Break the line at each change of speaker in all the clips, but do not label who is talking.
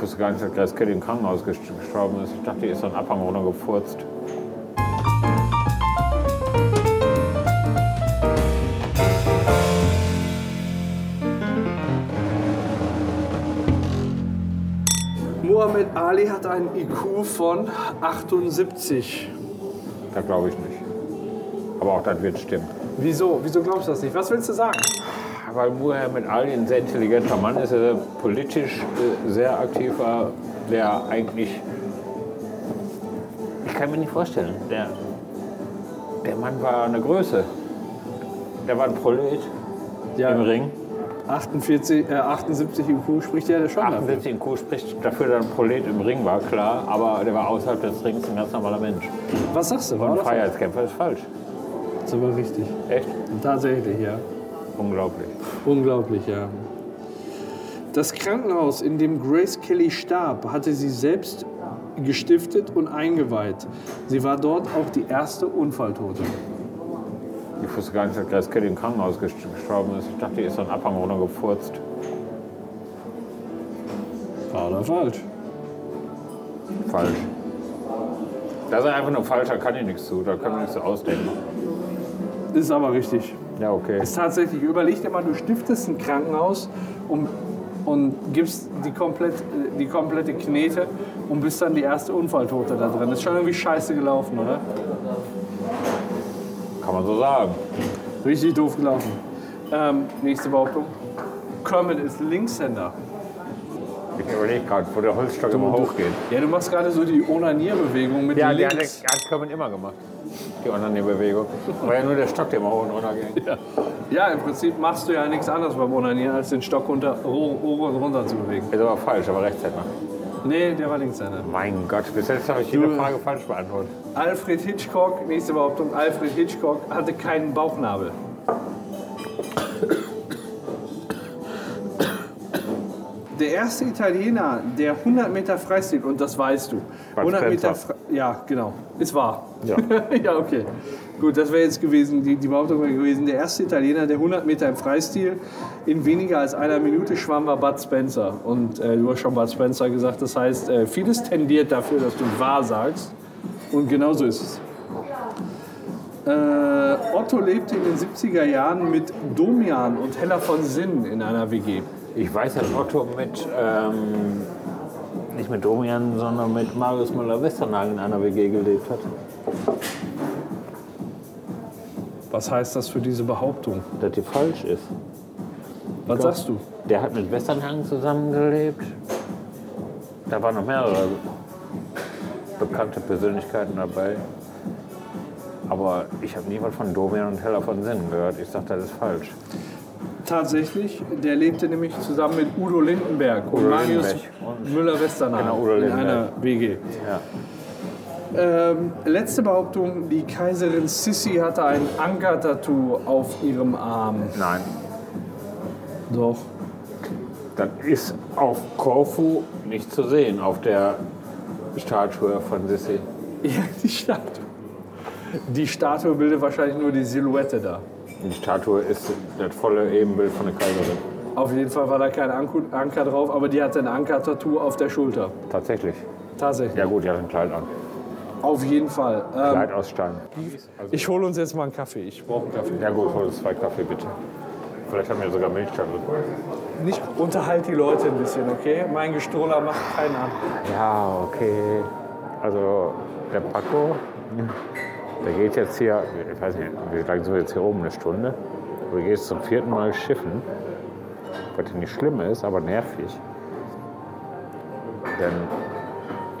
wusste gar nicht, dass Grace Kelly im Krankenhaus gest- gestorben ist. Ich dachte, die ist so einen Abhang runtergefurzt.
Mohammed Ali hat einen IQ von 78.
Da glaube ich nicht. Aber auch das wird stimmen.
Wieso? Wieso glaubst du das nicht? Was willst du sagen?
Weil Muhammad Ali ein sehr intelligenter Mann ist, der politisch äh, sehr aktiv war, der eigentlich. Ich kann mir nicht vorstellen. Der, der Mann war eine Größe. Der war ein Prolet im Ring.
48, äh, 78 IQ spricht ja schon dafür.
78 in Kuh spricht dafür, dass ein Prolet im Ring war, klar. Aber der war außerhalb des Rings ein ganz normaler Mensch.
Was sagst du? War
Und
das
Freiheitskämpfer ist falsch.
Das ist aber richtig.
Echt?
Tatsächlich, ja.
Unglaublich.
Unglaublich, ja. Das Krankenhaus, in dem Grace Kelly starb, hatte sie selbst gestiftet und eingeweiht. Sie war dort auch die erste Unfalltote.
Ich wusste gar nicht, dass Grace Kelly im Krankenhaus gest- gestorben ist. Ich dachte, die ist so einen Abhang runtergefurzt.
War oder falsch?
Falsch. Das ist einfach nur falsch, da kann ich nichts zu, da kann man nichts zu ausdenken.
Ist aber richtig.
Ja, okay.
Ist tatsächlich, überleg dir mal, du stiftest ein Krankenhaus und, und gibst die, komplett, äh, die komplette Knete und bist dann die erste Unfalltote da drin. Ist schon irgendwie scheiße gelaufen, oder?
Kann man so sagen.
Richtig doof gelaufen. Ähm, nächste Behauptung. Kermit ist Linkshänder.
Ich überlege gerade, wo der Holzstock immer hochgeht.
Ja, du machst gerade so die Onanierbewegung mit
Ja, die hat,
links.
hat Kermit immer gemacht. Die Online-Bewegung. War ja nur der Stock, der immer hoch und runter ging.
Ja, im Prinzip machst du ja nichts anderes beim Onanieren, als den Stock unter, hoch, hoch und runter zu bewegen.
Ist aber falsch, aber Rechtshänder.
Nee, der war Linkshänder.
Mein Gott, bis jetzt habe ich jede Frage falsch beantwortet.
Alfred Hitchcock, nächste Behauptung, Alfred Hitchcock hatte keinen Bauchnabel. Der erste Italiener, der 100 Meter Freistil, und das weißt du.
Bud
100 Meter
Spencer.
Fre- Ja, genau. Ist wahr.
Ja.
ja, okay. Gut, das wäre jetzt gewesen, die, die Behauptung wäre gewesen, der erste Italiener, der 100 Meter im Freistil in weniger als einer Minute schwamm, war Bud Spencer. Und äh, du hast schon Bud Spencer gesagt, das heißt, äh, vieles tendiert dafür, dass du wahr sagst. Und genau so ist es. Äh, Otto lebte in den 70er Jahren mit Domian und Hella von Sinn in einer WG.
Ich weiß, dass Otto mit, ähm, nicht mit Domian, sondern mit Marius Müller-Westernhagen in einer WG gelebt hat.
Was heißt das für diese Behauptung?
Dass die falsch ist.
Was sagst du?
Der hat mit Westernhagen zusammengelebt. Da waren noch mehrere bekannte Persönlichkeiten dabei. Aber ich habe nie was von Domian und Heller von Sinnen gehört. Ich sage, das ist falsch.
Tatsächlich, der lebte nämlich zusammen mit Udo Lindenberg und
Udo
Marius
Lindenberg und-
Müller-Westernhagen
Genau, Udo
in
Lindenberg.
einer WG.
Ja.
Ähm, letzte Behauptung, die Kaiserin Sissi hatte ein Anker-Tattoo auf ihrem Arm.
Nein,
Doch.
das ist auf Korfu nicht zu sehen, auf der Statue von Sissi.
Ja, die Statue. Die Statue bildet wahrscheinlich nur die Silhouette da.
Die Statue ist das volle Ebenbild von der Kaiserin.
Auf jeden Fall war da kein Anku- Anker drauf, aber die hatte ein Anker-Tattoo auf der Schulter.
Tatsächlich.
Tatsächlich.
Ja gut, die hat ein Kleid an.
Auf jeden Fall. Ähm,
Kleid aus Stein. Also,
ich hole uns jetzt mal einen Kaffee. Ich brauche einen Kaffee.
ja gut, hol uns zwei Kaffee bitte. Vielleicht haben wir sogar Milch da drin.
Nicht unterhalt die Leute ein bisschen, okay? Mein Gestohler macht keinen an.
Ja, okay. Also der Paco, der geht jetzt hier, ich weiß nicht, wie lange sind wir jetzt hier oben, eine Stunde? Du gehst zum vierten Mal schiffen, was ja nicht schlimm ist, aber nervig. Denn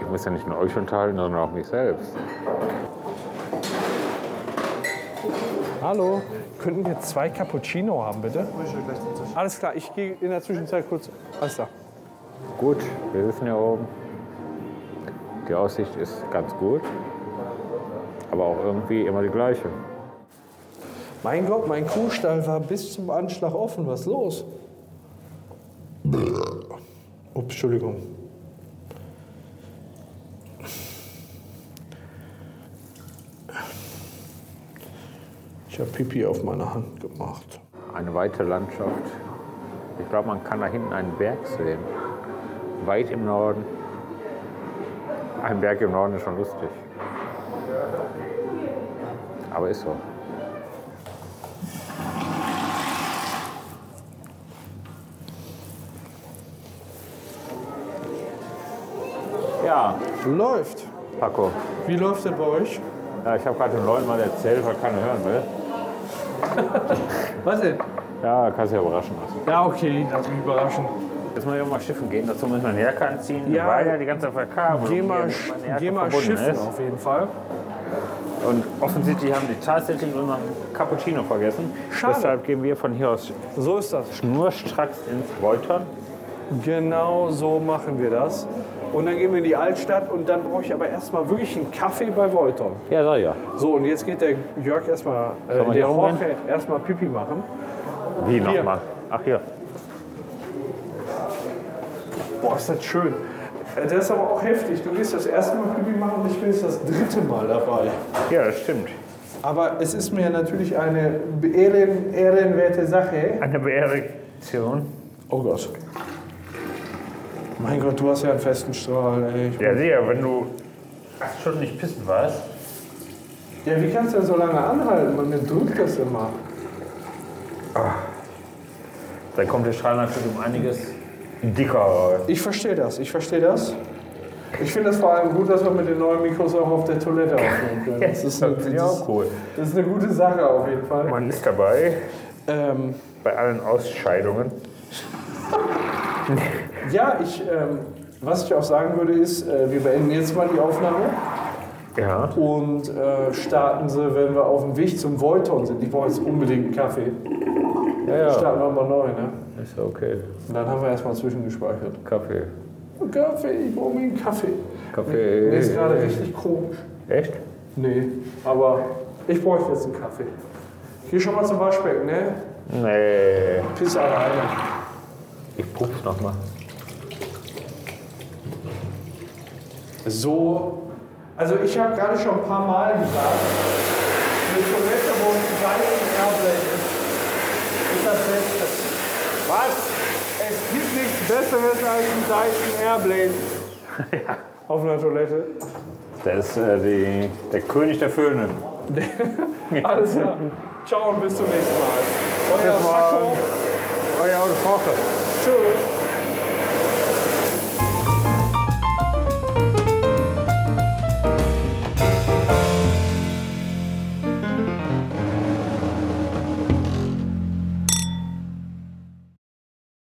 ich muss ja nicht nur euch unterhalten, sondern auch mich selbst.
Hallo. Könnten wir zwei Cappuccino haben, bitte? Alles klar, ich gehe in der Zwischenzeit kurz. Alles klar.
Gut, wir sitzen hier oben. Die Aussicht ist ganz gut, aber auch irgendwie immer die gleiche.
Mein Gott, mein Kuhstall war bis zum Anschlag offen. Was ist los? Ups, Entschuldigung. Ich habe Pipi auf meine Hand gemacht.
Eine weite Landschaft. Ich glaube, man kann da hinten einen Berg sehen. weit im Norden. Ein Berg im Norden ist schon lustig. Aber ist so. Ja,
Läuft.
Paco.
Wie läuft denn bei euch?
Ja, ich habe gerade den Leuten mal erzählt, was keiner hören will.
Was denn?
Ja, kannst du ja überraschen lassen.
Ja, okay, lass mich überraschen.
Jetzt muss ich auch mal schiffen gehen, dazu müssen wir einen Jacke anziehen,
Ja.
weil ja die ganze Verkabelung
Geh
hier
mal,
mit meiner Jacke
geh mal
verbunden
schiffen
ist.
auf jeden Fall.
Und offensichtlich haben die tatsächlich unseren Cappuccino vergessen.
Schade.
Deshalb gehen wir von hier aus
So ist das.
schnurstracks ins Woltern.
Genau so machen wir das. Und dann gehen wir in die Altstadt und dann brauche ich aber erstmal wirklich einen Kaffee bei Wolton.
Ja, sag ja.
So, und jetzt geht der Jörg erstmal, äh,
Sollen wir hier
der
rumrennen?
Jorge erstmal Pipi machen.
Wie nochmal? Ach hier.
Boah, ist das schön. Äh, Das ist aber auch heftig. Du gehst das erste Mal Pipi machen und ich bin jetzt das dritte Mal dabei.
Ja, das stimmt.
Aber es ist mir natürlich eine ehren, ehrenwerte Sache.
Eine Beerdigung.
Oh Gott. Mein Gott, du hast ja einen festen Strahl, ey.
Ja, sicher, wenn du acht Stunden nicht pissen warst.
Ja, wie kannst du denn so lange anhalten? Man drückt das immer.
Dann kommt der Strahl natürlich um einiges dicker raus.
Ich verstehe das, ich verstehe das. Ich finde das vor allem gut, dass wir mit den neuen Mikros auch auf der Toilette aufnehmen können. Das ist halt eine,
ja
das,
auch cool.
das ist eine gute Sache auf jeden Fall.
Man ist dabei
Ähm,
bei allen Ausscheidungen.
ja, ich, ähm, was ich auch sagen würde, ist, äh, wir beenden jetzt mal die Aufnahme
Ja.
und äh, starten sie, wenn wir auf dem Weg zum Volton sind. Ich brauche jetzt unbedingt einen Kaffee.
Ja, ja.
Starten wir mal neu, ne?
Ist okay.
Und dann haben wir erstmal zwischengespeichert.
Kaffee.
Einen Kaffee, ich brauche mir einen Kaffee.
Kaffee.
Mir ist gerade richtig komisch.
Echt?
Nee, aber ich bräuchte jetzt einen Kaffee. Geh schon mal zum Waschbecken, ne?
Nee.
Piss alleine.
Ich pups nochmal.
So. Also ich habe gerade schon ein paar Mal gesagt, eine Toilette, wo ein Seil und Airblech ist, ist das Beste.
Was?
Es gibt nichts Besseres als ein Seil und Airblech. Auf einer Toilette.
Das ist äh, die, der König der Föhne.
Alles klar. Ciao und bis zum nächsten Mal. Euer
Bis morgen.
Paco.
Euer Auto Koche.
Tschüss.